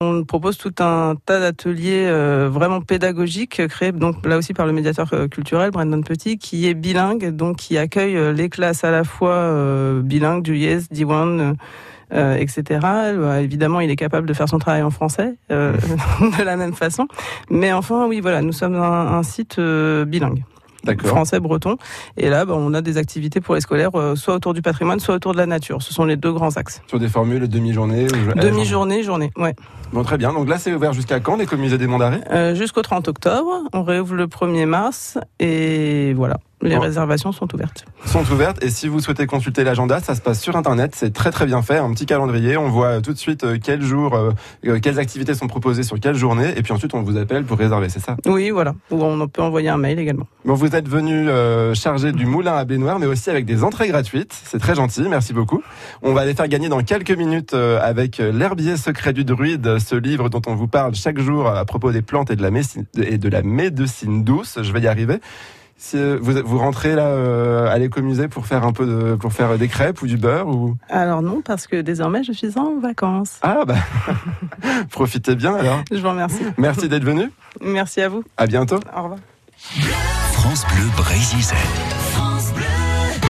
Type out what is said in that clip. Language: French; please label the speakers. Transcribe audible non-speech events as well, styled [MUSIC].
Speaker 1: On propose tout un tas d'ateliers euh, vraiment pédagogiques euh, créés donc là aussi par le médiateur euh, culturel Brandon Petit qui est bilingue donc qui accueille euh, les classes à la fois euh, bilingues du Yes, D1 euh, euh, etc. Euh, évidemment, il est capable de faire son travail en français euh, [LAUGHS] de la même façon. Mais enfin, oui, voilà, nous sommes un, un site euh, bilingue
Speaker 2: D'accord.
Speaker 1: français breton et là bah, on a des activités pour les scolaires euh, soit autour du patrimoine soit autour de la nature ce sont les deux grands axes
Speaker 2: Sur des formules demi-journée ou- Eh,
Speaker 1: demi-journée journée ouais
Speaker 2: Bon, très bien. Donc là, c'est ouvert jusqu'à quand, les communes des Monts d'Arrée
Speaker 1: Euh, jusqu'au 30 octobre. On réouvre le 1er mars et voilà, les
Speaker 2: Bon.
Speaker 1: réservations sont ouvertes.
Speaker 2: sont ouvertes. Et si vous souhaitez consulter l'agenda, ça se passe sur Internet. C'est très, très bien fait. Un petit calendrier. On voit tout de suite euh, quels jours, euh, euh, quelles activités sont proposées sur quelle journée. Et puis ensuite, on vous appelle pour réserver. C'est ça.
Speaker 1: Oui, voilà. Ou on peut envoyer un mail également.
Speaker 2: Bon, vous êtes venu euh, chargé du moulin à baignoire, mais aussi avec des entrées gratuites. C'est très gentil, merci beaucoup. On va les faire gagner dans quelques minutes euh, avec euh, L'herbier secret du druide, euh, ce livre dont on vous parle chaque jour euh, à propos des plantes et de la, médecine- et de la médecine douce. Je vais y arriver. Si, euh, vous, vous rentrez là euh, à l'écomusée pour faire un peu de, pour faire des crêpes ou du beurre ou
Speaker 1: Alors non, parce que désormais je suis en vacances.
Speaker 2: ah bah [LAUGHS] profitez bien alors.
Speaker 1: Je vous remercie.
Speaker 2: Merci d'être venu.
Speaker 1: Merci à vous.
Speaker 2: À bientôt.
Speaker 1: Au revoir.
Speaker 3: France Bleu Brésil.